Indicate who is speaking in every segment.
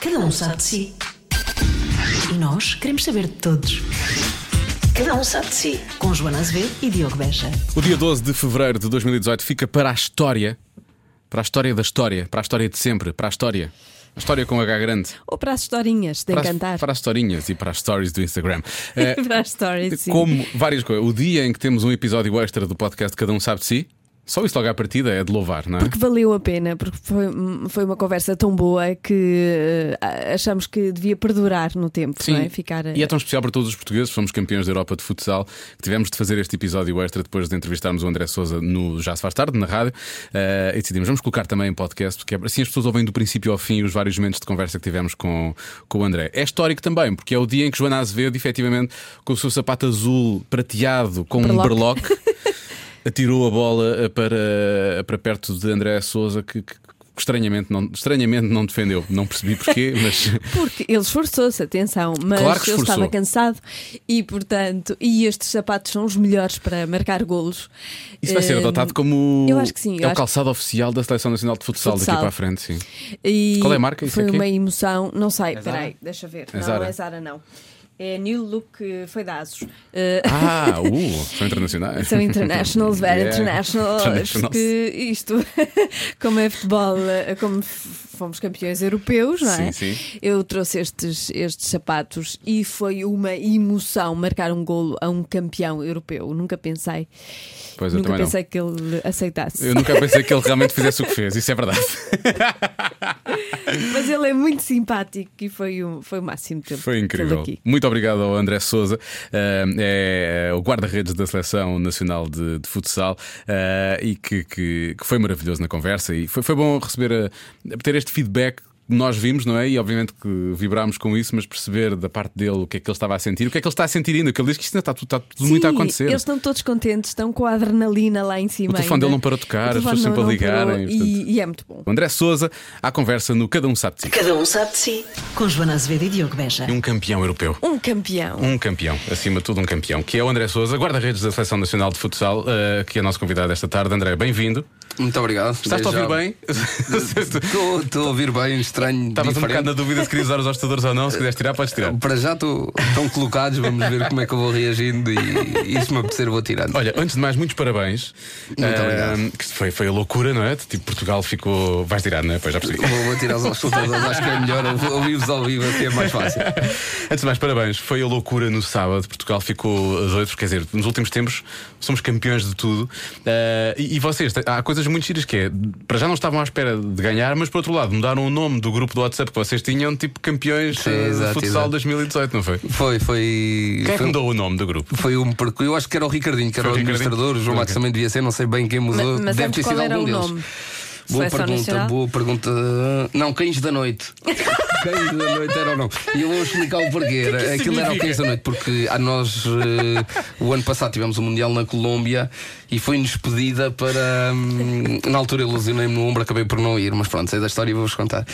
Speaker 1: Cada um sabe de si. E nós queremos saber de todos. Cada um sabe de si. Com Joana Azevedo e Diogo Beja.
Speaker 2: O dia 12 de fevereiro de 2018 fica para a história. Para a história da história. Para a história de sempre. Para a história. A história com H grande.
Speaker 3: Ou para as historinhas de
Speaker 2: Para as,
Speaker 3: encantar.
Speaker 2: para as historinhas e para as stories do Instagram. Eh,
Speaker 3: Para as stories, sim.
Speaker 2: como várias coisas. O dia em que temos um episódio extra do podcast Cada Um Sabe de Si, só isso logo à partida é de louvar, não é?
Speaker 3: Porque valeu a pena, porque foi, foi uma conversa tão boa que eh, achamos que devia perdurar no tempo, não é? Ficar.
Speaker 2: E é tão especial para todos os portugueses, fomos campeões da Europa de futsal, que tivemos de fazer este episódio extra depois de entrevistarmos o André Souza no Já Se Faz Tarde, na rádio, eh, e decidimos, vamos colocar também em podcast, porque é- assim as pessoas ouvem do princípio ao fim os vários momentos de conversa que tivemos com, com o André. É histórico também, porque é o dia em que Joana Azevedo, efetivamente, com o seu sapato azul prateado, com um
Speaker 3: Berloque.
Speaker 2: berloque, atirou a bola eh, para, para perto de André Souza, que. que- que Estranhamente não, estranhamente não defendeu, não percebi porquê, mas
Speaker 3: Porque ele esforçou-se, atenção, mas
Speaker 2: Claro que
Speaker 3: ele
Speaker 2: esforçou.
Speaker 3: estava cansado e, portanto, e estes sapatos são os melhores para marcar golos.
Speaker 2: Isso vai ser
Speaker 3: Eh,
Speaker 2: adotado como
Speaker 3: eu acho que sim,
Speaker 2: é
Speaker 3: eu
Speaker 2: o
Speaker 3: acho-
Speaker 2: calçado oficial da Seleção Nacional de Futsal, daqui
Speaker 3: Futsal.
Speaker 2: para a frente, sim.
Speaker 3: E
Speaker 2: Qual é a marca? Isso
Speaker 3: Foi
Speaker 2: aqui? É
Speaker 3: uma emoção, não sei,
Speaker 2: Zara?
Speaker 3: peraí, deixa ver. não,
Speaker 2: Zara?
Speaker 3: é Zara, não. É New Look, eh, foi da Asus. Eh,
Speaker 2: Ah, uh, são internacionais.
Speaker 3: São internationals, very
Speaker 2: Yeah.
Speaker 3: internationals,
Speaker 2: Internationals.
Speaker 3: que isto, como é futebol, eh, como f- fomos campeões europeus, não é?
Speaker 2: Sim, sim.
Speaker 3: Eu trouxe estes, estes sapatos e foi uma emoção marcar um golo a um campeão europeu. Nunca pensei,
Speaker 2: Pois eu
Speaker 3: nunca
Speaker 2: também
Speaker 3: pensei que ele aceitasse.
Speaker 2: não. Eu nunca pensei que ele realmente fizesse o que fez, isso é verdade.
Speaker 3: Mas ele é muito simpático e foi, um, foi o máximo tempo.
Speaker 2: Foi incrível.
Speaker 3: aqui.
Speaker 2: Muito obrigado ao André Souza, é o guarda-redes da Seleção Nacional de, de Futsal, eh, e que, que- que foi maravilhoso na conversa. E foi, foi bom receber, a- ter este feedback. que Nós vimos, não é? E obviamente que vibrámos com isso, mas perceber da parte dele o que é que ele estava a sentir, o que é que ele está a sentir ainda, que ele diz que isto ainda está, tudo- está tudo muito a
Speaker 3: Sim,
Speaker 2: acontecer.
Speaker 3: Eles estão todos contentes, estão com a adrenalina lá em cima.
Speaker 2: O telefone
Speaker 3: ainda.
Speaker 2: dele não parou de tocar,
Speaker 3: O
Speaker 2: as
Speaker 3: telefone
Speaker 2: pessoas
Speaker 3: não-
Speaker 2: sempre a
Speaker 3: não parou
Speaker 2: ligarem,
Speaker 3: e-
Speaker 2: portanto-
Speaker 3: e é muito bom.
Speaker 2: O André Souza, à conversa no Cada Um Sabe de Si.
Speaker 1: Cada um sabe de si. Com Joana Azevedo e Diogo Beja.
Speaker 2: E Um campeão europeu.
Speaker 3: Um campeão.
Speaker 2: Um campeão, acima de tudo um campeão, que é o André Souza, guarda-redes da Seleção Nacional de Futsal, eh, que é nosso convidado esta tarde. André, bem-vindo.
Speaker 4: Muito obrigado.
Speaker 2: Estás a ouvir bem?
Speaker 4: Estou estou a ouvir bem, estranho.
Speaker 2: Estavas um
Speaker 4: diferente.
Speaker 2: bocado na dúvida se querias usar os hostadores ou não, se quiseres tirar, podes tirar.
Speaker 4: Para já estou tão colocados, vamos ver como é que eu vou reagindo e, e se me apetecer vou tirando.
Speaker 2: Olha, antes de mais, muitos parabéns.
Speaker 4: Muito obrigado.
Speaker 2: que foi, foi a loucura, não é? Tipo, Portugal ficou. Vais tirar, não é? Pois já percebi.
Speaker 4: Vou, vou tirar os auscultadores, acho que é melhor ou- ouvir-vos ao vivo, assim é mais fácil.
Speaker 2: Antes de mais, parabéns. Foi a loucura no sábado. Portugal ficou doido, quer dizer, nos últimos tempos somos campeões de tudo. Eh, e, e vocês, te- há coisas muito giras que é, para já não estavam à espera de ganhar, mas por outro lado, mudaram o nome do grupo do WhatsApp que vocês tinham, tipo campeões
Speaker 4: Sim,
Speaker 2: eh, de
Speaker 4: exato,
Speaker 2: futsal
Speaker 4: exato.
Speaker 2: 2018, não foi?
Speaker 4: Foi, foi.
Speaker 2: Quem é que
Speaker 4: foi, um
Speaker 2: mudou o nome do grupo?
Speaker 4: foi um percurso. Eu acho que era o Ricardinho, que era
Speaker 2: Foi
Speaker 4: o
Speaker 2: o Ricardinho?
Speaker 4: administrador, o João Matos
Speaker 2: Ok.
Speaker 4: também devia ser, não sei bem quem
Speaker 3: Ma-
Speaker 4: mudou.
Speaker 3: Mas,
Speaker 4: Deve
Speaker 3: sabes
Speaker 4: ter
Speaker 3: qual
Speaker 4: sido
Speaker 3: era
Speaker 4: algum
Speaker 3: o
Speaker 4: deles.
Speaker 3: nome?
Speaker 4: Boa
Speaker 3: Seleção
Speaker 4: pergunta,
Speaker 3: Nacional?
Speaker 4: boa pergunta. Não, cães da noite. cães da noite era ou não? E eu vou explicar o porquê. Era-
Speaker 2: isso
Speaker 4: Aquilo era o
Speaker 2: significa?
Speaker 4: cães da noite, porque a nós, eh, o ano passado, tivemos o Mundial na Colômbia e foi-nos pedida para. hum, na altura eu ilusionei-me no ombro, acabei por não ir, mas pronto, sei da história e vou-vos contar.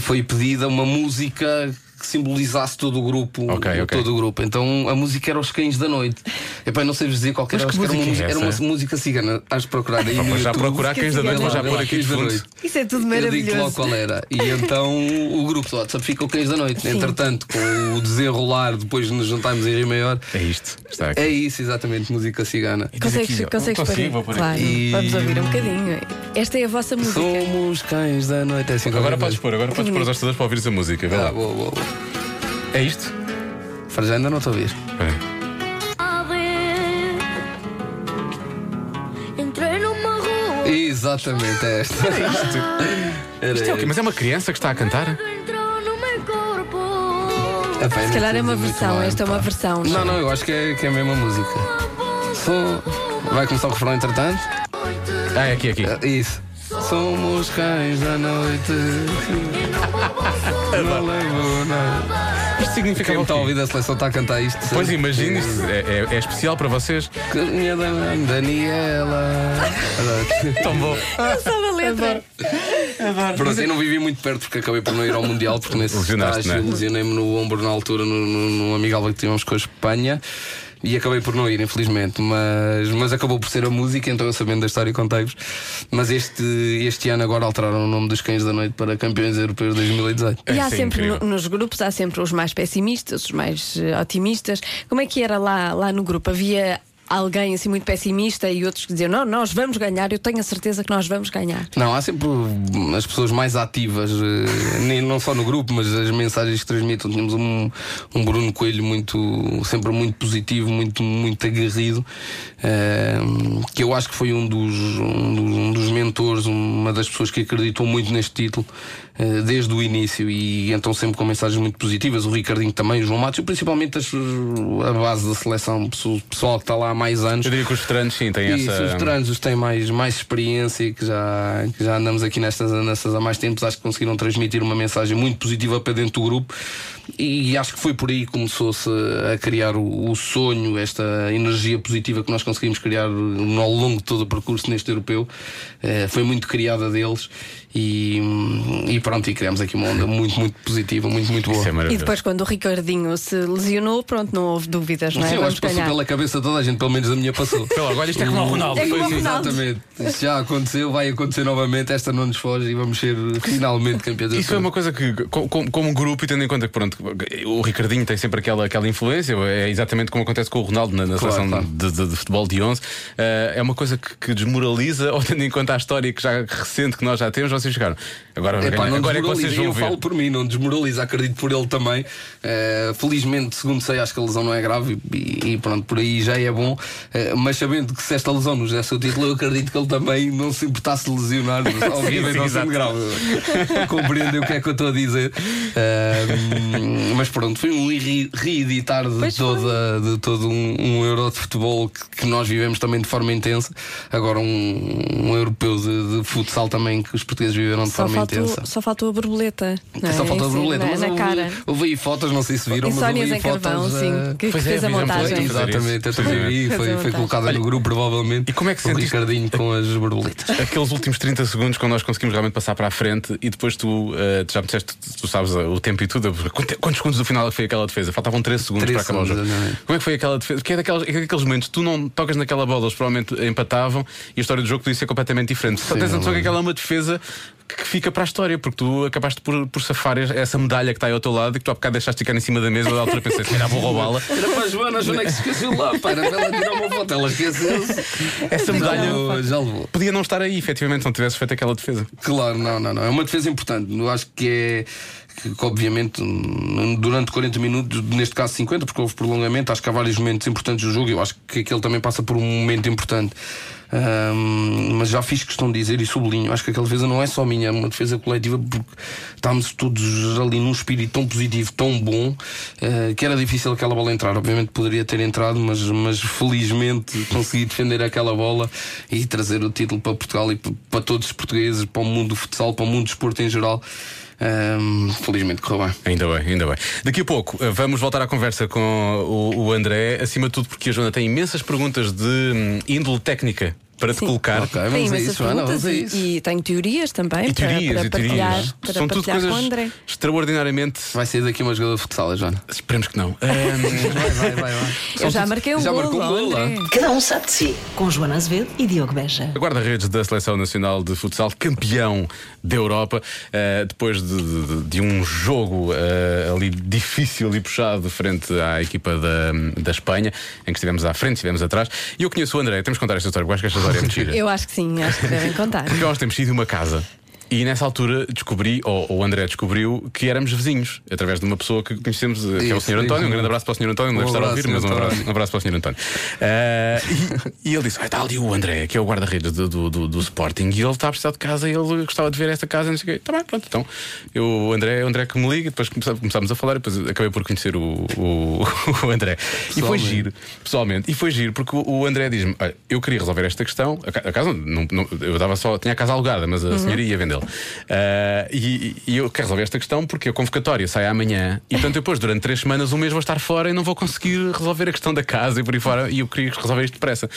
Speaker 4: Foi pedida uma música. Que simbolizasse todo o grupo,
Speaker 2: Ok, ok.
Speaker 4: todo o grupo. Então a música era Os Cães da Noite. Epá, não sei vos dizer qual que
Speaker 2: Mas que
Speaker 4: era, acho que era uma,
Speaker 2: música é
Speaker 4: música- era
Speaker 2: essa?
Speaker 4: uma música cigana. Hás de procurar aí. no
Speaker 2: Vou já
Speaker 4: YouTube.
Speaker 2: procurar quem da noite, vou já
Speaker 4: Vê lá,
Speaker 2: pôr
Speaker 4: vê
Speaker 2: aqui
Speaker 4: lá,
Speaker 2: de
Speaker 4: Cães da
Speaker 2: fundo.
Speaker 4: Noite.
Speaker 3: Isso é tudo
Speaker 4: Eu digo logo
Speaker 3: maravilhoso.
Speaker 4: qual era. E então o grupo do WhatsApp ficou cães da noite. Entretanto, com o desenrolar, depois nos juntámos em Rio Maior.
Speaker 2: É isto. Está aqui.
Speaker 4: É isso, exatamente, música cigana.
Speaker 2: E diz
Speaker 3: Consegues,
Speaker 2: aqui, ó,
Speaker 3: consegues
Speaker 2: consigo,
Speaker 3: parar?
Speaker 2: vou pôr aqui.
Speaker 3: Claro,
Speaker 4: E- um
Speaker 3: vamos ouvir um bocadinho. Esta é a vossa música.
Speaker 4: Somos cães da noite. É assim que
Speaker 2: Agora
Speaker 4: eu
Speaker 2: podes
Speaker 4: digo.
Speaker 2: pôr, agora podes pôr os hostadores para ouvires a música. Vê
Speaker 4: Ah,
Speaker 2: lá.
Speaker 4: boa, boa, boa.
Speaker 2: É isto?
Speaker 4: Para já ainda não estou a ouvir.
Speaker 2: Espera aí.
Speaker 5: Abrir. Entrei numa rua,
Speaker 4: Exatamente, é esta. Era
Speaker 2: Isto é o quê? Mas é uma criança que está a cantar?
Speaker 5: entrou no meu corpo.
Speaker 4: Ah,
Speaker 3: Se
Speaker 4: pá, eu não
Speaker 3: calhar
Speaker 4: sei
Speaker 3: é uma
Speaker 4: dizer muito
Speaker 3: versão,
Speaker 4: bem,
Speaker 3: esta é uma
Speaker 4: pá.
Speaker 3: versão.
Speaker 4: Não, não, eu acho que é, que é a mesma música. Som- Vai começar o refrão entretanto.
Speaker 2: Ah, é aqui, é aqui.
Speaker 4: Ah, Isso. Somos cães da noite. Não levo nada.
Speaker 2: Isto significa
Speaker 4: Quem
Speaker 2: o
Speaker 4: me está a
Speaker 2: quê?
Speaker 4: ouvir da seleção está a cantar isto.
Speaker 2: Pois imagina, isto é- é- é especial para vocês.
Speaker 4: Minha da mãe, Daniela.
Speaker 2: Tão bom.
Speaker 3: Ele sabe a é letra.
Speaker 4: Pronto, é eu não vivi muito perto porque acabei por não ir ao Mundial, porque nesse
Speaker 2: Lesionaste,
Speaker 4: estágio
Speaker 2: né?
Speaker 4: lesionei-me no ombro na altura, no, no, no amigável que tínhamos com a Espanha. E acabei por não ir, infelizmente. Mas, mas acabou por ser a música, então eu sabendo da história contei-vos. Mas este, este ano agora alteraram o nome dos Cães da Noite para Campeões Europeus 2018.
Speaker 3: E há
Speaker 2: Isso é
Speaker 3: sempre
Speaker 2: incrível.
Speaker 3: no- nos grupos, há sempre os mais pessimistas, os mais eh, otimistas. Como é que era lá, lá no grupo? Havia alguém assim muito pessimista e outros que diziam: Não, nós vamos ganhar, eu tenho a certeza que nós vamos ganhar.
Speaker 4: Não, há sempre hum, as pessoas mais ativas, eh, nem não só no grupo, mas as mensagens que transmitem. Tínhamos um, um Bruno Coelho muito, sempre muito positivo, muito, muito aguerrido, eh, que eu acho que foi um dos, um dos, um dos mentores, uma das pessoas que acreditou muito neste título eh, desde o início e então sempre com mensagens muito positivas. O Ricardinho também, o João Matos, e principalmente as- a base da seleção, o pessoal que está lá há mais anos.
Speaker 2: Eu diria que os veteranos, sim, têm
Speaker 4: Isso,
Speaker 2: essa.
Speaker 4: os transos têm mais, mais experiência e que já, que já andamos aqui nestas andanças há mais tempos. Acho que conseguiram transmitir uma mensagem muito positiva para dentro do grupo e acho que foi por aí que começou-se a criar o, o sonho, esta energia positiva que nós conseguimos criar ao longo de todo o percurso neste europeu. Eh, foi muito criada deles e, e pronto, e criamos aqui uma onda muito, muito positiva, muito, muito boa.
Speaker 2: Isso é
Speaker 3: E
Speaker 2: maravilhoso.
Speaker 3: depois, quando o Ricardinho se lesionou, pronto, não houve dúvidas, não é?
Speaker 4: Sim, eu
Speaker 3: vamos
Speaker 4: acho que passou
Speaker 3: ganhar.
Speaker 4: pela cabeça de toda a gente, pelo menos a minha passou.
Speaker 2: Pelo agora isto é como o Ronaldo.
Speaker 3: É como
Speaker 4: Pois,
Speaker 3: o Ronaldo.
Speaker 4: Exatamente. Isto já aconteceu, vai acontecer novamente, esta não nos foge e vamos ser finalmente campeões da
Speaker 2: Isso é uma coisa que, co- como, como grupo, e tendo em conta que pronto, o Ricardinho tem sempre aquela, aquela influência, é exatamente como acontece com o Ronaldo na, na
Speaker 4: Claro,
Speaker 2: seleção
Speaker 4: claro.
Speaker 2: De, de- de futebol de 11, eh, é uma coisa que, que desmoraliza, ou tendo em conta a história que já recente que nós já temos, vocês chegaram. Agora, vamos
Speaker 4: Epá,
Speaker 2: ganhar.
Speaker 4: não
Speaker 2: agora é que
Speaker 4: desmoraliza,
Speaker 2: vocês vão
Speaker 4: eu
Speaker 2: ver.
Speaker 4: falo por mim, não desmoraliza, acredito por ele também. Eh, felizmente, segundo sei, acho que a lesão não é grave e, e pronto, por aí já é bom. Eh, mas sabendo que se esta lesão nos desse o título, eu acredito que ele também não se importasse de lesionar, mas, obviamente
Speaker 2: sim,
Speaker 4: não
Speaker 2: exato.
Speaker 4: sendo grave. Compreendem o que é que eu estou a dizer. Eh, mas pronto, foi um re- reeditar de, toda, de todo um, um euro de futebol que, que nós vivemos também de forma intensa. Agora, um, um europeu de, de futsal também que os portugueses viveram de
Speaker 3: Só
Speaker 4: forma intensa.
Speaker 3: faltou, só faltou a borboleta. não
Speaker 4: Só
Speaker 3: é?
Speaker 4: falta a
Speaker 3: Assim,
Speaker 4: borboleta.
Speaker 3: na-
Speaker 4: mas
Speaker 3: na,
Speaker 4: houve-
Speaker 3: cara.
Speaker 4: Houve aí fotos, não sei se viram,
Speaker 3: E
Speaker 4: mas houve
Speaker 3: Sónia
Speaker 4: aí
Speaker 3: Zé
Speaker 4: fotos.
Speaker 3: Carvão,
Speaker 4: ah,
Speaker 3: sim, que, tá, que
Speaker 2: Pois é,
Speaker 3: fez a
Speaker 2: fizemos
Speaker 4: pois,
Speaker 2: Sim.
Speaker 3: montagem.
Speaker 2: isso.
Speaker 4: Exatamente, eu
Speaker 2: Sim.
Speaker 4: também vi,
Speaker 3: Fazer
Speaker 4: foi, foi
Speaker 3: montagem.
Speaker 4: colocada no grupo, provavelmente.
Speaker 2: E como é que
Speaker 4: o
Speaker 2: sentiste-
Speaker 4: Ricardinho com as borboletas?
Speaker 2: Aqueles últimos 30 segundos, quando nós conseguimos realmente passar para a frente, e depois tu, eh, tu já me disseste, tu, tu sabes eh, o tempo e tudo. Quanto- Quantos segundos do final é que foi aquela defesa? Faltavam 3 segundos
Speaker 4: Três
Speaker 2: para acabar
Speaker 4: segundos,
Speaker 2: o jogo.
Speaker 4: exatamente.
Speaker 2: Como é que foi aquela defesa? Porque é daquelas- é daqueles, momentos, tu não tocas naquela bola, eles provavelmente empatavam e a história do jogo podia ser completamente diferente. Só tens a noção que aquela é uma defesa que fica para a história, porque tu acabaste por, por safar essa medalha que está aí ao teu lado e que tu há bocado deixaste ficar em cima da mesa, da altura pensei, se calhar vou roubá-la.
Speaker 4: Era para a Joana, a Joana é que se esqueceu lá, pá, era para ela tirar uma foto, ela esqueceu-se.
Speaker 2: Essa medalha
Speaker 4: Já levou, já levou.
Speaker 2: podia não estar aí, efetivamente, se não tivesse feito aquela defesa.
Speaker 4: Claro, não, não, não. É uma defesa importante. Eu acho que é. Que, que, obviamente, hum, durante 40 minutos, neste caso 50, porque houve prolongamento, acho que há vários momentos importantes do jogo. Eu acho que aquele também passa por um momento importante. Hum, mas já fiz questão de dizer e sublinho. Acho que aquela defesa não é só minha, é uma defesa coletiva, porque estávamos todos ali num espírito tão positivo, tão bom, eh, que era difícil aquela bola entrar. Obviamente poderia ter entrado, mas, mas felizmente consegui defender aquela bola e trazer o título para Portugal e p- para todos os portugueses, para o mundo do futsal, para o mundo do desporto em geral. Ahm, felizmente correu bem.
Speaker 2: Ainda bem, ainda bem. Daqui a pouco eh, vamos voltar à conversa com o, o André, acima de tudo porque a Joana tem imensas perguntas de hum, índole técnica para te colocar.
Speaker 4: Ok,
Speaker 3: Tem
Speaker 4: vamos a
Speaker 3: imensas
Speaker 4: isso, Ana,
Speaker 3: perguntas
Speaker 4: vamos a
Speaker 3: e-
Speaker 4: isso.
Speaker 3: e, tenho teorias também
Speaker 2: E
Speaker 3: Então, para,
Speaker 2: teorias,
Speaker 3: para
Speaker 2: e
Speaker 3: partilhar,
Speaker 2: teorias.
Speaker 3: para
Speaker 2: São tudo
Speaker 3: partilhar
Speaker 2: coisas
Speaker 3: com o André.
Speaker 2: extraordinariamente.
Speaker 4: Vai sair daqui uma jogadora de futsal, é, Joana.
Speaker 2: Esperemos que não. Eh, Ahm,
Speaker 4: Vai, vai, vai. vai.
Speaker 3: Eu já marquei um
Speaker 4: Já
Speaker 3: golo,
Speaker 4: marcou um golo,
Speaker 3: André.
Speaker 1: Cada um sabe de si. Com Joana Azevedo e Diogo Beja.
Speaker 2: a guarda-redes da Seleção Nacional de Futsal, campeão da Europa, eh, depois de, de- de um jogo eh, ali difícil e puxado frente à equipa da, da Espanha, em que estivemos à frente, estivemos atrás. E eu conheço o André, temos que contar esta história, porque eu acho que esta história é mentira.
Speaker 3: Eu acho que sim, acho que devem contar.
Speaker 2: Porque nós temos sido uma casa. E nessa altura descobri, ou ou o André descobriu, que éramos vizinhos, através de uma pessoa que conhecemos, eh, que é o
Speaker 4: Isso,
Speaker 2: Sr. António.
Speaker 4: isso.
Speaker 2: Um grande abraço para o Sr. António, não
Speaker 4: Um
Speaker 2: deve estar a
Speaker 4: abraço,
Speaker 2: ouvir, mas um
Speaker 4: Sr.
Speaker 2: abraço,
Speaker 4: António.
Speaker 2: um abraço para o Sr. António. Eh, e, e ele disse: "Ah, está ali o André, que é o guarda-redes do, do, do- do Sporting, e ele está a precisar de casa, e ele gostava de ver esta casa, não sei o quê. Está bem, pronto, então. Eu, o André, o André que me liga, e depois começa- começámos a falar, e depois acabei por conhecer o, o- o André. E foi
Speaker 4: Pessoalmente.
Speaker 2: giro giro, pessoalmente. E foi giro, porque o- o André diz-me: "Olha, eu queria resolver esta questão. A ca- a casa, não, não- eu dava só, tinha a casa alugada, mas a senhoria ia vendê-la. Ah, e, e eu quero resolver esta questão porque a convocatória sai amanhã e, portanto, eu depois, durante três semanas, um mês vou estar fora e não vou conseguir resolver a questão da casa e por aí fora. E eu queria resolver isto depressa.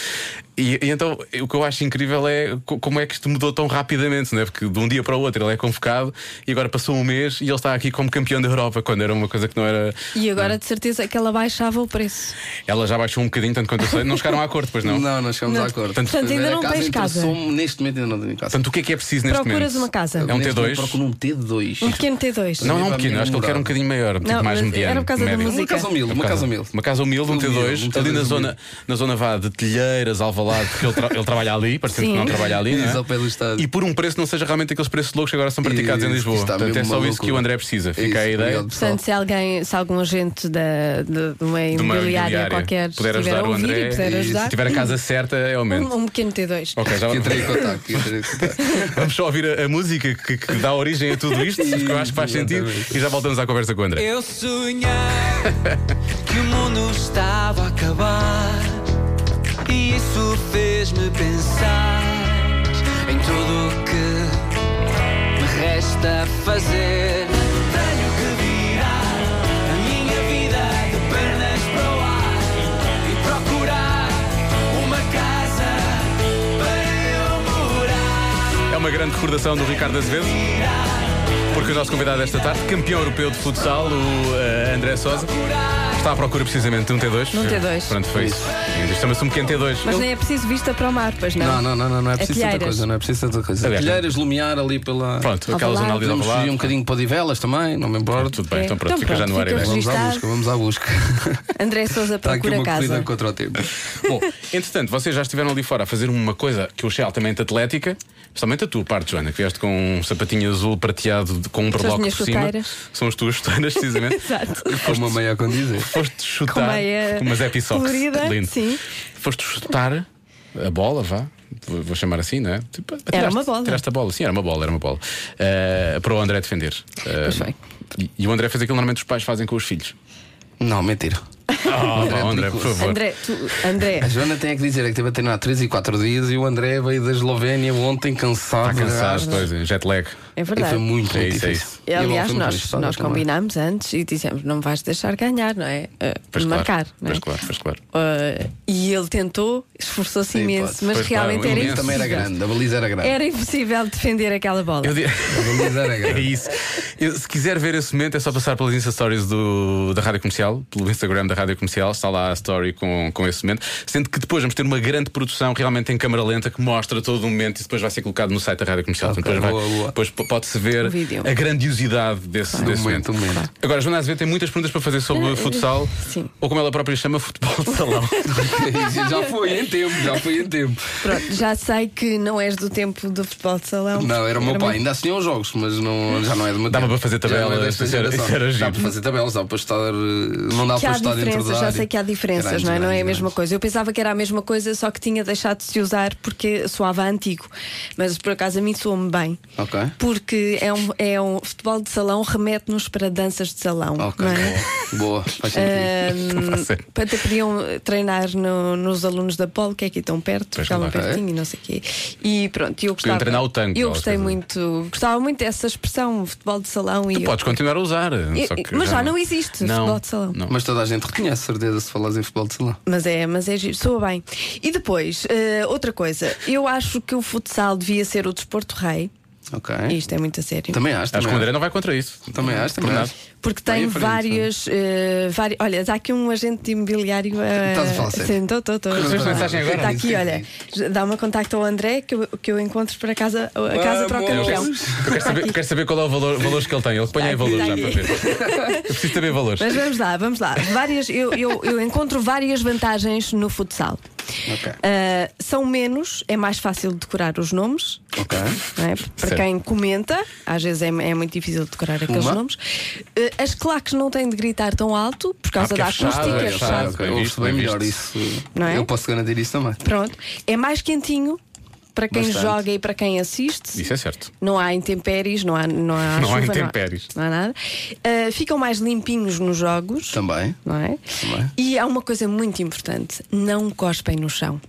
Speaker 2: E, e então, o que eu acho incrível é co- como é que isto mudou tão rapidamente, não é? Porque de um dia para o outro ele é convocado e agora passou um mês e ele está aqui como campeão da Europa, quando era uma coisa que não era.
Speaker 3: E agora de certeza é que ela baixava o preço.
Speaker 2: Ela já baixou um bocadinho, tanto quanto eu sei. Não chegaram a acordo, pois não?
Speaker 4: Não, não chegamos
Speaker 3: Não.
Speaker 4: a acordo.
Speaker 2: Portanto,
Speaker 3: Portanto, ainda não
Speaker 4: A é casa
Speaker 3: tens casa.
Speaker 4: interessou-me, Neste momento ainda não tenho casa.
Speaker 2: Portanto, o que é que é preciso neste momento?
Speaker 3: Procuras uma casa.
Speaker 2: É um
Speaker 4: Neste momento
Speaker 2: T2?
Speaker 4: Procuro um T2.
Speaker 3: Um pequeno T2.
Speaker 2: Não, não
Speaker 4: Para
Speaker 2: um
Speaker 4: a
Speaker 2: pequeno,
Speaker 4: minha
Speaker 2: acho que ele quer um
Speaker 4: namorada.
Speaker 2: bocadinho maior, tipo
Speaker 3: Não,
Speaker 2: mais
Speaker 3: mas
Speaker 2: mediano.
Speaker 3: era por causa da
Speaker 2: médio.
Speaker 3: música.
Speaker 4: Uma casa humilde, uma casa humilde.
Speaker 2: Uma casa humilde, um
Speaker 4: Humilde,
Speaker 2: T2,
Speaker 4: um T2
Speaker 2: ali na
Speaker 4: humilde.
Speaker 2: zona, na zona vá de telheiras, alvalade, porque ele, tra- ele trabalha ali, parecendo que
Speaker 3: Sim.
Speaker 2: não trabalha ali. não é?
Speaker 4: Isso, ao pé do estádio.
Speaker 2: E por um preço que não seja realmente aqueles preços loucos que agora são praticados em
Speaker 4: Isso,
Speaker 2: Lisboa.
Speaker 4: isso está
Speaker 2: Portanto, é
Speaker 4: mesmo
Speaker 2: só
Speaker 4: uma
Speaker 2: isso que o
Speaker 4: loucura.
Speaker 2: André precisa. Fica
Speaker 4: Isso,
Speaker 2: a ideia.
Speaker 4: obrigado, pessoal.
Speaker 3: Portanto, se alguém, se algum agente da, de, de uma
Speaker 2: de uma
Speaker 3: imobiliária
Speaker 2: imobiliária.
Speaker 3: qualquer
Speaker 2: puder
Speaker 3: estiver
Speaker 2: ajudar
Speaker 3: a
Speaker 2: o
Speaker 3: ouvir
Speaker 2: André,
Speaker 3: e puder
Speaker 2: e
Speaker 3: ajudar,
Speaker 2: se tiver a casa certa, é aumento.
Speaker 3: um, um pequeno T2.
Speaker 2: Ok, já
Speaker 4: Que entrei em contacto. que entrei em contacto.
Speaker 2: vamos só ouvir a, a música que, que dá origem a tudo isto, que eu acho que faz sentido,
Speaker 4: Exatamente.
Speaker 2: e já voltamos à conversa com o André.
Speaker 6: Eu sonhei que o mundo estava a acabar e isso fez-me pensar em tudo o que me resta fazer. Tenho que virar a minha vida de pernas para o ar e procurar uma casa para eu morar.
Speaker 2: É uma grande recordação do Ricardo Azevedo. Porque o nosso convidado desta tarde, campeão europeu de futsal, o eh, André Sosa, está à procura precisamente de um T2.
Speaker 3: De um T2.
Speaker 2: Pronto, foi isso. Isto chama-se um pequeno T2.
Speaker 3: Mas nem é preciso vista para o mar, pois não?
Speaker 4: Não, não, não, não, não é
Speaker 3: É
Speaker 4: preciso tanta
Speaker 3: telheiras.
Speaker 4: coisa. Não é preciso tanta coisa.
Speaker 2: Aliás,
Speaker 4: Telheiras, lumiar ali pela.
Speaker 2: Pronto, aquela zona ali da
Speaker 4: Podemos
Speaker 2: Alvalade.
Speaker 4: fugir um bocadinho para Odivelas também, não me importo.
Speaker 2: Tudo bem,
Speaker 3: É.
Speaker 2: então pronto,
Speaker 3: Então
Speaker 2: fica já
Speaker 3: pronto,
Speaker 2: no ar a
Speaker 3: fica
Speaker 2: ideia.
Speaker 3: registado.
Speaker 4: Vamos à busca, vamos à busca.
Speaker 3: André Souza
Speaker 4: Está aqui
Speaker 3: procura
Speaker 4: uma
Speaker 3: casa.
Speaker 4: corrida contra o tempo.
Speaker 2: Bom, entretanto, vocês já estiveram ali fora a fazer uma coisa que eu achei altamente atlética, especialmente a tua parte, Joana, que vieste com um sapatinho azul prateado de- com um berloque por
Speaker 3: minhas
Speaker 2: cima.
Speaker 3: chuteiras.
Speaker 2: São as tuas chuteiras, precisamente.
Speaker 3: Exato.
Speaker 4: Com uma meia a é conduzir.
Speaker 2: Foste chutar
Speaker 3: Com meia
Speaker 2: umas Happy Socks.
Speaker 3: é, eh, colorida,
Speaker 2: Lindo.
Speaker 3: sim.
Speaker 2: Foste chutar a bola, vá. Vou vou chamar assim, não é? Tipo, atiraste-
Speaker 3: uma bola.
Speaker 2: Tiraste a bola, sim, era uma bola, era uma bola. Eh, para o André defender. Eh,
Speaker 3: Pois bem.
Speaker 2: e, e o André fez aquilo que normalmente os pais fazem com os filhos.
Speaker 4: Não, mentira.
Speaker 2: Ah,
Speaker 4: André,
Speaker 2: vá, André, por
Speaker 4: perigoso.
Speaker 2: favor.
Speaker 3: André, tu, André,
Speaker 4: A Joana tem é que dizer é que teve a treinar 3 e 4 dias e o André veio da Eslovénia ontem cansado.
Speaker 2: Está cansado,
Speaker 4: gás.
Speaker 2: pois, é, jet lag.
Speaker 3: é
Speaker 4: E
Speaker 3: verdade.
Speaker 4: foi muito,
Speaker 2: É
Speaker 4: muito
Speaker 2: isso, é
Speaker 4: difícil.
Speaker 3: E,
Speaker 4: E a bola
Speaker 3: Aliás,
Speaker 4: foi muito
Speaker 3: nós,
Speaker 4: difícil
Speaker 3: nós
Speaker 4: também.
Speaker 3: combinámos antes e dissemos: não vais deixar ganhar, não é? Uh,
Speaker 2: Pois
Speaker 3: marcar.
Speaker 2: claro,
Speaker 3: não é?
Speaker 2: Pois claro, pois claro.
Speaker 3: Uh, e ele tentou, esforçou-se
Speaker 4: Sim,
Speaker 3: imenso,
Speaker 4: pode.
Speaker 3: mas
Speaker 2: Pois claro,
Speaker 3: realmente
Speaker 2: o
Speaker 3: era
Speaker 2: imenso
Speaker 4: Mas também era
Speaker 3: impossível.
Speaker 4: grande, a baliza era grande.
Speaker 3: Era impossível defender aquela bola.
Speaker 2: Eu di-
Speaker 4: A baliza era
Speaker 2: É
Speaker 4: grande.
Speaker 2: isso. Eu, se quiser ver esse momento, é só passar pelas Insta Stories do- da Rádio Comercial, pelo Instagram da Rádio Comercial, está lá a story com, com esse momento. Sendo que depois vamos ter uma grande produção realmente em câmara lenta que mostra todo o momento e depois vai ser colocado no site da Rádio Comercial.
Speaker 4: Ok,
Speaker 2: Portanto, depois,
Speaker 4: boa,
Speaker 2: vai-
Speaker 4: boa.
Speaker 2: depois p- pode-se ver
Speaker 3: O vídeo.
Speaker 2: a grandiosidade desse, desse
Speaker 4: momento, do momento.
Speaker 2: Agora, Joana Azevedo tem muitas perguntas para fazer sobre futsal,
Speaker 3: Eh, sim.
Speaker 2: ou como ela própria chama, futebol de salão.
Speaker 4: já foi em tempo, já foi em tempo.
Speaker 3: Pronto, já sei que não és do tempo do futebol de salão.
Speaker 4: Não, era o meu pai,
Speaker 3: muito-
Speaker 4: ainda assim aos jogos, mas não, já não é de uma
Speaker 2: Dava para fazer tabelas, isso era- isso era
Speaker 4: Dá
Speaker 2: giro.
Speaker 4: para fazer tabelas, dá para estar. eh, Não dá
Speaker 3: Que
Speaker 4: para
Speaker 3: há
Speaker 4: estar dentro da
Speaker 3: diferenças, já
Speaker 4: área.
Speaker 3: sei que há diferenças,
Speaker 4: Grandes,
Speaker 3: não é? Não é a
Speaker 4: grandes,
Speaker 3: mesma
Speaker 4: grandes.
Speaker 3: coisa. Eu pensava que era a mesma coisa, só que tinha deixado de se usar porque soava antigo. Mas por acaso a mim soou-me bem.
Speaker 4: Ok.
Speaker 3: Porque é um, é um futebol de salão, remete-nos para danças de salão.
Speaker 4: Ok,
Speaker 3: não é? Eh,
Speaker 4: boa. boa. Faz sentido.
Speaker 2: Tá
Speaker 3: Ahm,
Speaker 2: certo.
Speaker 3: Para até podiam eh, treinar no- nos alunos da Polo, que é aqui tão perto,
Speaker 2: Pois
Speaker 3: ficavam
Speaker 2: claro.
Speaker 4: é.
Speaker 3: pertinho e não sei o quê. E pronto, eu gostava.
Speaker 2: treinar o tango,
Speaker 3: eu
Speaker 2: aquelas
Speaker 3: gostei
Speaker 4: assim.
Speaker 2: coisas.
Speaker 3: muito, gostava muito dessa expressão, futebol de salão
Speaker 4: Então,
Speaker 3: e eu-
Speaker 2: Podes continuar a usar. só que
Speaker 3: Eh, mas já não existe futebol de salão.
Speaker 2: não.
Speaker 4: Mas toda a gente reconhece, certeza, se falas em futebol de salão.
Speaker 3: Mas é, mas é giro, soa bem. E depois, eh, outra coisa, eu acho que o futsal devia ser o desporto rei.
Speaker 4: Ok.
Speaker 3: Isto é muito a sério.
Speaker 4: Também acho,
Speaker 2: Acho que o
Speaker 4: também
Speaker 2: André não vai contra isso.
Speaker 4: é? Também acho, também é
Speaker 2: Por
Speaker 4: acho.
Speaker 2: nada.
Speaker 3: Porque
Speaker 4: Bem
Speaker 3: tem
Speaker 4: em frente,
Speaker 3: várias, eh, vari- Olha, há aqui um agente de imobiliário. eh,
Speaker 4: Estás a falar sério?
Speaker 3: Sim, estou, estou, estou.
Speaker 2: Recebeste mensagem agora?
Speaker 3: Está Tá aqui, olha. Dá uma contacto ao André que eu, que eu encontro para casa,
Speaker 2: Ah,
Speaker 3: a casa para o
Speaker 4: Vamos!
Speaker 3: campeão.
Speaker 2: Eu quero saber, quero saber qual é o valor valores que ele tem. Ele põe aí
Speaker 3: aqui,
Speaker 2: valores já
Speaker 3: está
Speaker 2: para
Speaker 3: aqui.
Speaker 2: ver. Eu preciso saber valores.
Speaker 3: Mas vamos lá, vamos lá. Várias, eu, eu, eu encontro várias vantagens no futsal.
Speaker 4: Ok.
Speaker 3: Eh, são menos, é mais fácil decorar os nomes.
Speaker 4: Ok.
Speaker 3: não é? Para
Speaker 2: Certo.
Speaker 3: quem comenta, às vezes é, é muito difícil decorar aqueles
Speaker 4: Uma.
Speaker 3: nomes. Eh, as claques não têm de gritar tão alto por causa
Speaker 2: porque
Speaker 3: da
Speaker 2: é fechado,
Speaker 3: acústica,
Speaker 2: é
Speaker 3: é
Speaker 2: fechado.
Speaker 3: fechado.
Speaker 4: Ok,
Speaker 2: bem
Speaker 4: ouve-se
Speaker 2: visto,
Speaker 4: bem
Speaker 2: bem
Speaker 4: melhor
Speaker 2: visto.
Speaker 4: isso.
Speaker 3: Não é?
Speaker 4: Eu posso garantir isso também.
Speaker 3: Pronto. É mais quentinho para quem
Speaker 4: Bastante.
Speaker 3: joga e para quem assiste.
Speaker 2: Isso é certo.
Speaker 3: Não há intempéries, não há, não há,
Speaker 2: Não há
Speaker 3: chuva,
Speaker 2: intempéries.
Speaker 3: Não há, nada. Ah, ficam mais limpinhos nos jogos.
Speaker 4: Também.
Speaker 3: Não é?
Speaker 4: Também.
Speaker 3: E há uma coisa muito importante: não cospem no chão.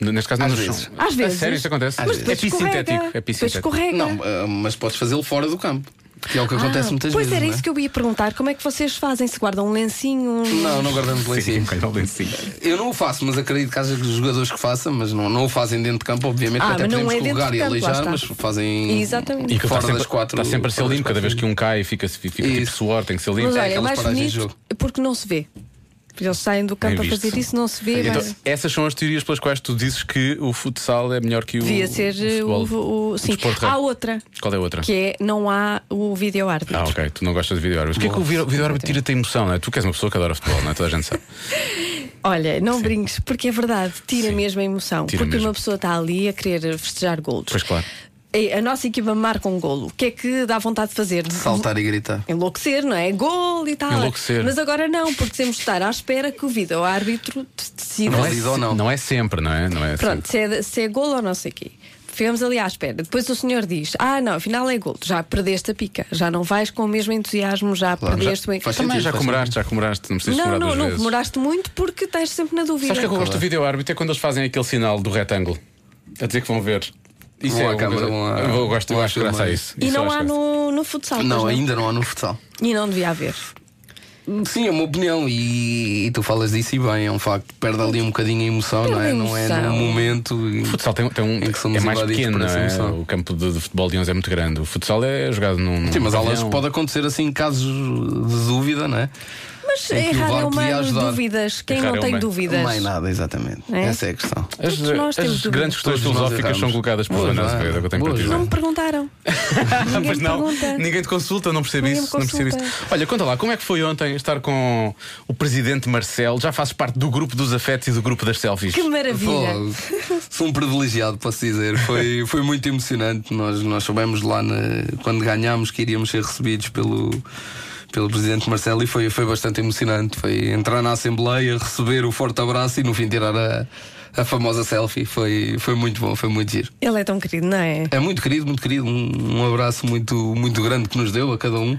Speaker 2: Neste caso, não
Speaker 4: Às
Speaker 2: nos
Speaker 4: vezes.
Speaker 2: chão.
Speaker 3: Às vezes.
Speaker 2: A sério, isso acontece? é
Speaker 3: Mas depois
Speaker 2: piso
Speaker 3: escorrega,
Speaker 2: sintético. É piso
Speaker 3: depois
Speaker 2: sintético.
Speaker 3: escorrega.
Speaker 4: Não, ah, mas podes fazê-lo fora do campo. Que é o que acontece
Speaker 3: Ah,
Speaker 4: muitas
Speaker 3: pois
Speaker 4: vezes.
Speaker 3: era
Speaker 4: não é?
Speaker 3: isso que eu ia perguntar. Como é que vocês fazem? Se guardam um lencinho? um-
Speaker 4: Não, não guardamos
Speaker 2: Sim,
Speaker 4: lencinho.
Speaker 2: calhar o lencinho.
Speaker 4: Eu não o faço, mas acredito que haja jogadores que façam, mas não, não o fazem dentro de campo, obviamente,
Speaker 3: Ah,
Speaker 4: até
Speaker 3: mas não
Speaker 4: podemos
Speaker 3: é dentro
Speaker 4: colocar
Speaker 3: de
Speaker 4: e
Speaker 3: campo, lá
Speaker 4: aleijar,
Speaker 3: está.
Speaker 4: mas fazem
Speaker 3: Exatamente.
Speaker 2: E que
Speaker 4: fora
Speaker 2: está sempre,
Speaker 4: das quatro.
Speaker 2: está sempre a ser
Speaker 4: fora das
Speaker 2: limpo, cada
Speaker 4: quatro.
Speaker 2: vez que um cai fica, fica tipo
Speaker 4: Isso.
Speaker 2: suor, tem que ser limpo.
Speaker 3: Mas olha, é
Speaker 4: aquelas
Speaker 3: mais
Speaker 4: paragens de
Speaker 3: bonito
Speaker 4: jogo.
Speaker 3: é porque não se vê. Eles saem do campo a
Speaker 2: visto.
Speaker 3: fazer isso, não se vê.
Speaker 2: Então,
Speaker 3: mas...
Speaker 2: essas são as teorias pelas quais tu dizes que o futsal é melhor que o.
Speaker 3: Devia ser eh,
Speaker 2: o,
Speaker 3: o.
Speaker 2: futebol,
Speaker 3: o- sim.
Speaker 2: desporto
Speaker 3: Há
Speaker 2: rei.
Speaker 3: outra,
Speaker 2: Qual é a outra?
Speaker 3: que é não há o vídeo árbitro.
Speaker 2: Ah, ok, tu não gostas de vídeo árbitro. O que é que o vídeo- vídeo árbitro tira-te a emoção, não é? Tu que és uma pessoa que adora futebol, não é? Toda a gente sabe.
Speaker 3: Olha, não brinques, porque é verdade, tira
Speaker 2: Sim.
Speaker 3: mesmo a emoção.
Speaker 2: Tira
Speaker 3: porque
Speaker 2: mesmo.
Speaker 3: uma pessoa está ali a querer festejar golos.
Speaker 2: Pois claro.
Speaker 3: E A nossa equipa marca um golo. O que é que dá vontade de fazer? De
Speaker 4: Saltar e gritar.
Speaker 3: Enlouquecer, não é? Gol e tal.
Speaker 2: Enlouquecer.
Speaker 3: Mas agora não, porque temos de estar à espera que o vídeo árbitro decida.
Speaker 4: Não
Speaker 2: é,
Speaker 4: Válido ou
Speaker 2: se-
Speaker 4: não?
Speaker 2: não é sempre, não é? Não é sempre.
Speaker 3: Pronto, se é, se é golo ou não sei o quê. Ficamos ali à espera. Depois o senhor diz: Ah, não, afinal é golo. Já perdeste a pica. Já não vais com o mesmo entusiasmo, já
Speaker 4: Claro,
Speaker 3: perdeste
Speaker 4: já-
Speaker 3: o. en-
Speaker 4: faz
Speaker 2: Também
Speaker 4: sentido,
Speaker 2: já
Speaker 4: faz
Speaker 2: cobraste, já cobraste, não precisas
Speaker 3: Não,
Speaker 2: cobrar
Speaker 3: não,
Speaker 2: duas
Speaker 3: não,
Speaker 2: vezes.
Speaker 3: demoraste muito porque estás sempre na dúvida.
Speaker 2: Sabes o que é que eu gosto do vídeo árbitro? É quando eles fazem aquele sinal do retângulo a dizer que vão ver. Isso é
Speaker 4: Vão à
Speaker 2: uma
Speaker 4: câmara,
Speaker 2: coisa-
Speaker 4: vão à-
Speaker 2: Eu vou- gosto, eu
Speaker 4: vão à
Speaker 2: acho graça a
Speaker 4: filmagem.
Speaker 2: isso.
Speaker 3: E
Speaker 2: Isso eu
Speaker 3: não
Speaker 2: acho é
Speaker 3: há
Speaker 2: graça.
Speaker 3: no, no futsal. pois
Speaker 4: Não, ainda não há no futsal.
Speaker 3: E não devia haver.
Speaker 4: Sim, é uma opinião e, e tu falas disso e bem, é um facto. Perde ali um bocadinho a emoção,
Speaker 3: Perde
Speaker 4: não é? Não é
Speaker 3: emoção.
Speaker 4: no momento. e-
Speaker 2: O futsal tem, tem um,
Speaker 4: Em que somos
Speaker 2: é mais
Speaker 4: invadidos
Speaker 2: pequeno,
Speaker 4: por
Speaker 2: não
Speaker 4: essa
Speaker 2: é?
Speaker 4: emoção.
Speaker 2: O campo de, de futebol de 11 é muito grande. O futsal é jogado num. num
Speaker 4: Sim, mas há lances
Speaker 2: pavilhão.
Speaker 4: que pode acontecer assim casos de dúvida, não é?
Speaker 3: Mas
Speaker 4: que o
Speaker 3: errar
Speaker 4: VAR
Speaker 3: é
Speaker 4: podia
Speaker 3: humano,
Speaker 4: ajudar.
Speaker 3: dúvidas. Quem
Speaker 2: Errar
Speaker 3: não
Speaker 2: é
Speaker 3: tem
Speaker 2: humano.
Speaker 3: dúvidas?
Speaker 4: Não é nada, exatamente.
Speaker 3: É?
Speaker 4: Essa é a questão.
Speaker 2: As,
Speaker 3: Todos nós
Speaker 2: as
Speaker 3: temos dúvidas.
Speaker 2: grandes questões
Speaker 4: Todos nós
Speaker 2: filosóficas são
Speaker 4: erramos.
Speaker 2: colocadas por
Speaker 4: Boa,
Speaker 2: Ana
Speaker 4: Joana.
Speaker 2: Azevedo, é o que eu tenho
Speaker 4: Boa,
Speaker 2: para dizer.
Speaker 3: Não
Speaker 4: Joana.
Speaker 3: me perguntaram. Ninguém
Speaker 2: Pois
Speaker 3: me
Speaker 2: não,
Speaker 3: pergunta.
Speaker 2: ninguém te consulta, não percebo
Speaker 3: Ninguém
Speaker 2: isso.
Speaker 3: me
Speaker 2: Não percebo isso.
Speaker 3: consulta.
Speaker 2: Olha, conta lá, como é que foi ontem estar com o presidente Marcelo? Já fazes parte do grupo dos afetos e do grupo das selfies.
Speaker 3: Que maravilha.
Speaker 4: Pô, sou um privilegiado, posso dizer. Foi, foi muito emocionante. Nós, nós soubemos lá na- quando ganhámos que iríamos ser recebidos pelo, pelo presidente Marcelo e foi, foi bastante emocionante. Foi entrar na Assembleia, receber o forte abraço e no fim tirar a, a famosa selfie. Foi, foi muito bom, foi muito giro.
Speaker 3: Ele é tão querido, não é?
Speaker 4: É muito querido, muito querido. Um, um abraço muito, muito grande que nos deu a cada um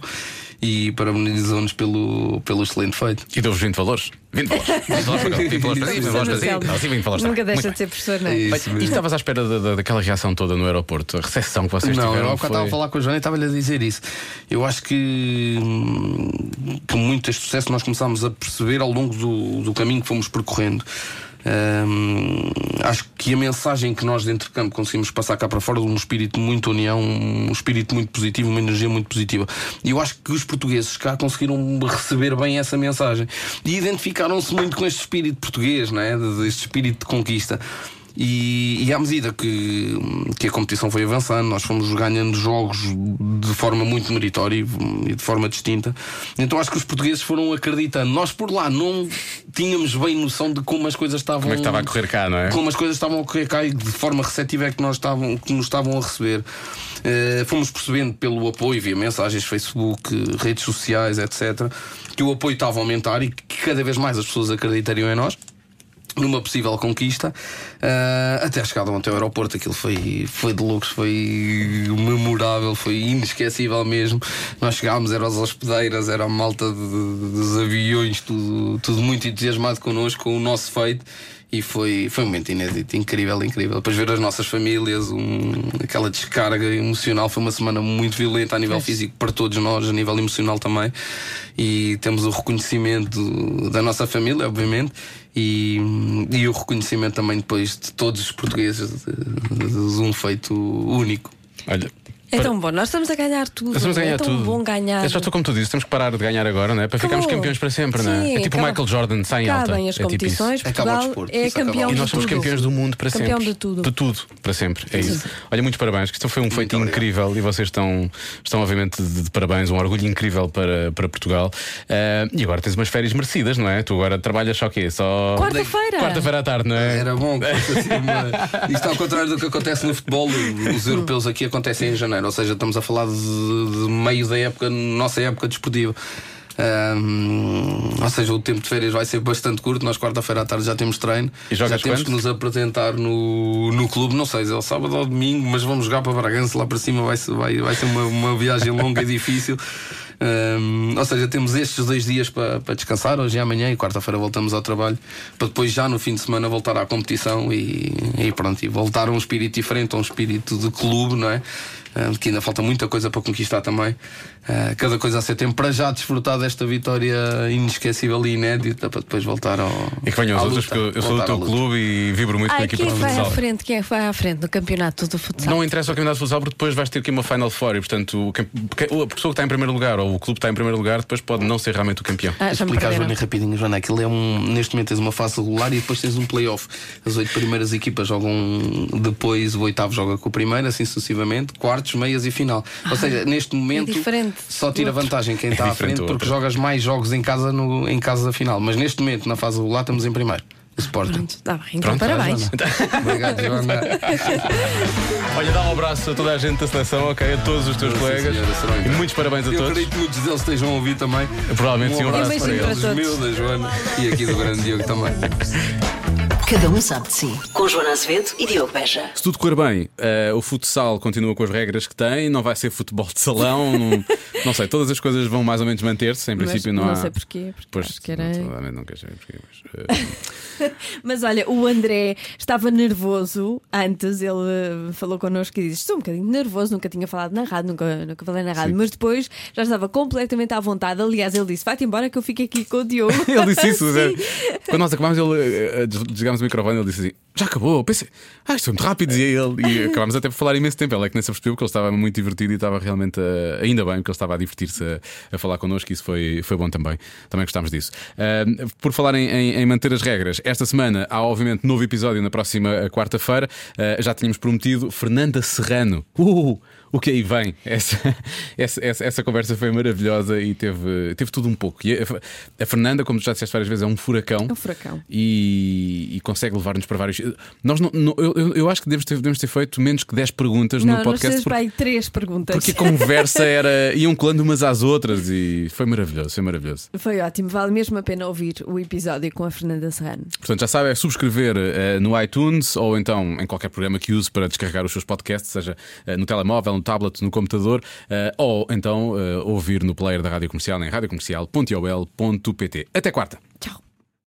Speaker 4: e parabenizou-nos pelo, pelo excelente feito.
Speaker 2: E dou-vos 20 valores. 20 valores. 20 valores para cá, 20 valores para ali, 20
Speaker 4: Sim,
Speaker 2: valores
Speaker 3: Professor
Speaker 2: para ali,
Speaker 3: Marcelo,
Speaker 2: não, sim, 20 valores para
Speaker 3: Nunca
Speaker 2: cá.
Speaker 3: deixa
Speaker 2: Muito
Speaker 3: de ser professor, não
Speaker 4: É
Speaker 3: é?
Speaker 4: isso
Speaker 2: bem. Bem, E
Speaker 4: mesmo.
Speaker 2: estavas à espera da- da- daquela reação toda no aeroporto, a recepção que vocês
Speaker 4: Não, eu
Speaker 2: tiveram.
Speaker 4: há bocado estava a
Speaker 2: foi-
Speaker 4: falar com a Joana e estava-lhe a dizer isso. Eu acho que, hum, que muito este sucesso nós começámos a perceber ao longo do, do caminho que fomos percorrendo. Hum, acho que a mensagem que nós dentro de campo conseguimos passar cá para fora de um espírito muito união, um espírito muito positivo, uma energia muito positiva. E eu acho que os portugueses cá conseguiram receber bem essa mensagem e identificaram-se muito com este espírito português, não é? Este espírito de conquista. E, e à medida que, que a competição foi avançando, nós fomos ganhando jogos de forma muito meritória e e de forma distinta. Então acho que os portugueses foram acreditando. Nós por lá não tínhamos bem noção de como as coisas estavam.
Speaker 2: Como é que estava a correr cá, não é?
Speaker 4: Como as coisas estavam a correr cá e de forma receptiva é que, nós estavam, que nos estavam a receber. Eh, fomos percebendo pelo apoio via mensagens, Facebook, redes sociais, etc., que o apoio estava a aumentar e que cada vez mais as pessoas acreditariam em nós numa possível conquista. Ah, até a chegada ontem ao aeroporto, aquilo foi, foi de loucos, foi memorável, foi inesquecível mesmo. Nós chegámos, eram as hospedeiras, era a malta de- de- dos aviões, tudo, tudo muito entusiasmado connosco, com o nosso feito. E foi, foi um momento inédito, incrível, incrível. Depois ver as nossas famílias, um- aquela descarga emocional, foi uma semana muito violenta a nível físico para todos nós, a nível emocional também. E temos o reconhecimento do- da nossa família, obviamente, e, e o reconhecimento também depois de todos os portugueses, de, de- de um feito único.
Speaker 2: Olha.
Speaker 3: É tão bom. Nós estamos a ganhar tudo.
Speaker 2: Nós vamos ganhar
Speaker 3: é tão
Speaker 2: tudo.
Speaker 3: bom ganhar.
Speaker 2: É só tu como tu dizes, temos que parar de ganhar agora, não é? Para
Speaker 3: Acabou.
Speaker 2: ficarmos campeões para sempre, não é?
Speaker 3: Sim,
Speaker 2: É tipo o
Speaker 3: acaba-
Speaker 2: Michael Jordan, sai em alta.
Speaker 3: Acabem as
Speaker 2: é tipo isso.
Speaker 3: competições,
Speaker 4: Acaba o
Speaker 3: Portugal
Speaker 4: desporto,
Speaker 3: é
Speaker 4: isso acaba.
Speaker 3: campeão
Speaker 2: E
Speaker 3: de
Speaker 2: nós somos
Speaker 3: tudo.
Speaker 2: campeões do mundo para
Speaker 3: Campeão
Speaker 2: sempre.
Speaker 3: de tudo.
Speaker 2: De tudo, para sempre. É isso. Olha, muitos parabéns, que isto foi um feito
Speaker 4: obrigado.
Speaker 2: incrível e vocês estão, estão obviamente, de, de parabéns, um orgulho incrível para, para Portugal. Ah, e agora tens umas férias merecidas, não é? Tu agora trabalhas só o quê? Só.
Speaker 3: Quarta-feira.
Speaker 2: Quarta-feira à tarde, não é?
Speaker 4: Era bom que fosse assim uma... Isto ao contrário do que acontece no futebol, os europeus aqui acontecem em janeiro, ou seja, estamos a falar de, de meio da época, nossa época desportiva. Ahm, ou seja, o tempo de férias vai ser bastante curto. Nós, quarta-feira à tarde, já temos treino.
Speaker 2: E
Speaker 4: já
Speaker 2: jogas
Speaker 4: temos
Speaker 2: quando?
Speaker 4: que nos apresentar no, no clube. Não sei se é o sábado ou domingo, mas vamos jogar para Bragança lá para cima. Vai, ser- vai, vai ser uma, uma viagem longa e difícil. Hum, ou seja, temos estes dois dias para, para descansar, hoje e amanhã, e quarta-feira voltamos ao trabalho, para depois já no fim de semana voltar à competição e, e pronto, e voltar a um espírito diferente, a um espírito de clube, não é? Hum, Que ainda falta muita coisa para conquistar também. Ah, Cada coisa a seu tempo para já desfrutar desta vitória inesquecível e inédita para depois voltar ao.
Speaker 2: E que venham
Speaker 4: à
Speaker 2: as outras,
Speaker 4: luta,
Speaker 2: porque eu- eu sou do
Speaker 4: voltar à
Speaker 2: teu
Speaker 4: luta.
Speaker 2: clube e vibro muito com a
Speaker 3: Ai,
Speaker 2: equipa
Speaker 3: quem é
Speaker 2: de
Speaker 3: que vai à
Speaker 2: futsal.
Speaker 3: frente? Quem é que vai à frente no campeonato do futsal?
Speaker 2: Não interessa o campeonato de futsal porque depois vais ter que ir uma Final Four e, portanto, o camp- porque a pessoa que está em primeiro lugar ou o clube que está em primeiro lugar depois pode não ser realmente o campeão.
Speaker 3: Ah, já me
Speaker 4: Explicar,
Speaker 3: perderam.
Speaker 4: Joana, rapidinho, Joana, aquilo é um. Neste momento tens uma fase regular e depois tens um playoff. As oito primeiras equipas jogam depois, o oitavo joga com o primeiro, assim sucessivamente, quartos, meias e final. Ou seja, neste momento
Speaker 3: Ah, é diferente
Speaker 4: só
Speaker 3: do
Speaker 4: tira
Speaker 3: outro.
Speaker 4: vantagem quem
Speaker 2: É
Speaker 4: está à
Speaker 2: diferente
Speaker 4: frente
Speaker 2: do
Speaker 4: porque
Speaker 2: outro.
Speaker 4: jogas mais jogos em casa, no, em casa da final. Mas neste momento, na fase regular, estamos em primeiro. O Sporting.
Speaker 3: Pronto, tá bem. Então,
Speaker 2: Pronto,
Speaker 3: parabéns.
Speaker 4: Obrigado, Joana.
Speaker 2: Olha, dá um abraço a toda a gente da seleção, ok? A todos os teus
Speaker 4: Sim,
Speaker 2: colegas.
Speaker 4: senhora, serão
Speaker 2: e
Speaker 4: então.
Speaker 2: muitos parabéns a
Speaker 4: Eu
Speaker 2: todos.
Speaker 4: acredito que muitos deles estejam a ouvir também.
Speaker 2: Provavelmente sim,
Speaker 4: um abraço para
Speaker 3: beijinho
Speaker 4: eles,
Speaker 3: para
Speaker 4: o meu, da Joana e aqui do grande Diogo também.
Speaker 1: Cada um sabe de si. Com Joana Azevedo e Diogo Beja.
Speaker 2: Se tudo correr bem, eh, o futsal continua com as regras que tem, não vai ser futebol de salão, não, não sei, todas as coisas vão mais ou menos manter-se, em
Speaker 3: Mas
Speaker 2: princípio não,
Speaker 3: não
Speaker 2: há.
Speaker 3: sei porquê, porque
Speaker 2: Pois,
Speaker 3: acho que era-
Speaker 2: não, provavelmente não queres saber porquê, mas, eh,
Speaker 3: Mas olha, o André estava nervoso antes, ele eh, falou connosco e disse: Estou um bocadinho nervoso, nunca tinha falado na rádio, nunca, nunca falei na rádio, mas depois já estava completamente à vontade. Aliás, ele disse: Vai-te embora que eu fico aqui com o Diogo.
Speaker 2: Ele disse isso, é. Zé.
Speaker 3: Sim.
Speaker 2: Quando nós acabámos, ele, eh, eh, des- desligámos o microfone, ele disse assim: já acabou. Eu Pensei, ah, isto foi muito rápido, dizia ele. E acabámos até por falar imenso tempo. Ela é que nem se percebeu que ele estava muito divertido e estava realmente, eh, ainda bem, porque ele estava a divertir-se a, a falar connosco. E isso foi, foi bom também. Também gostámos disso. Ah, por falar em, em- em manter as regras, esta semana há, obviamente, novo episódio na próxima eh, quarta-feira. Ah, já tínhamos prometido Fernanda Serrano. Uh! O que aí vem? Essa, essa, essa, essa conversa foi maravilhosa e teve, teve tudo um pouco. E a, a Fernanda, como tu já disseste várias vezes, é um furacão.
Speaker 3: É um furacão.
Speaker 2: E, e consegue levar-nos para vários. Nós não, não- eu- eu, eu acho que devemos ter, devemos ter feito menos que 10 perguntas
Speaker 3: Não,
Speaker 2: no
Speaker 3: nós
Speaker 2: podcast.
Speaker 3: temos
Speaker 2: porque-
Speaker 3: para aí três perguntas.
Speaker 2: Porque a conversa era. iam colando umas às outras e foi maravilhoso, foi maravilhoso.
Speaker 3: Foi ótimo, vale mesmo a pena ouvir o episódio com a Fernanda Serrano.
Speaker 2: Portanto, já sabe, é subscrever eh, no iTunes ou então em qualquer programa que use para descarregar os seus podcasts, seja eh, no telemóvel, no tablet, no computador, eh, ou então eh, ouvir no player da Rádio Comercial em radiocomercial.ol.pt. Até quarta!
Speaker 3: Tchau.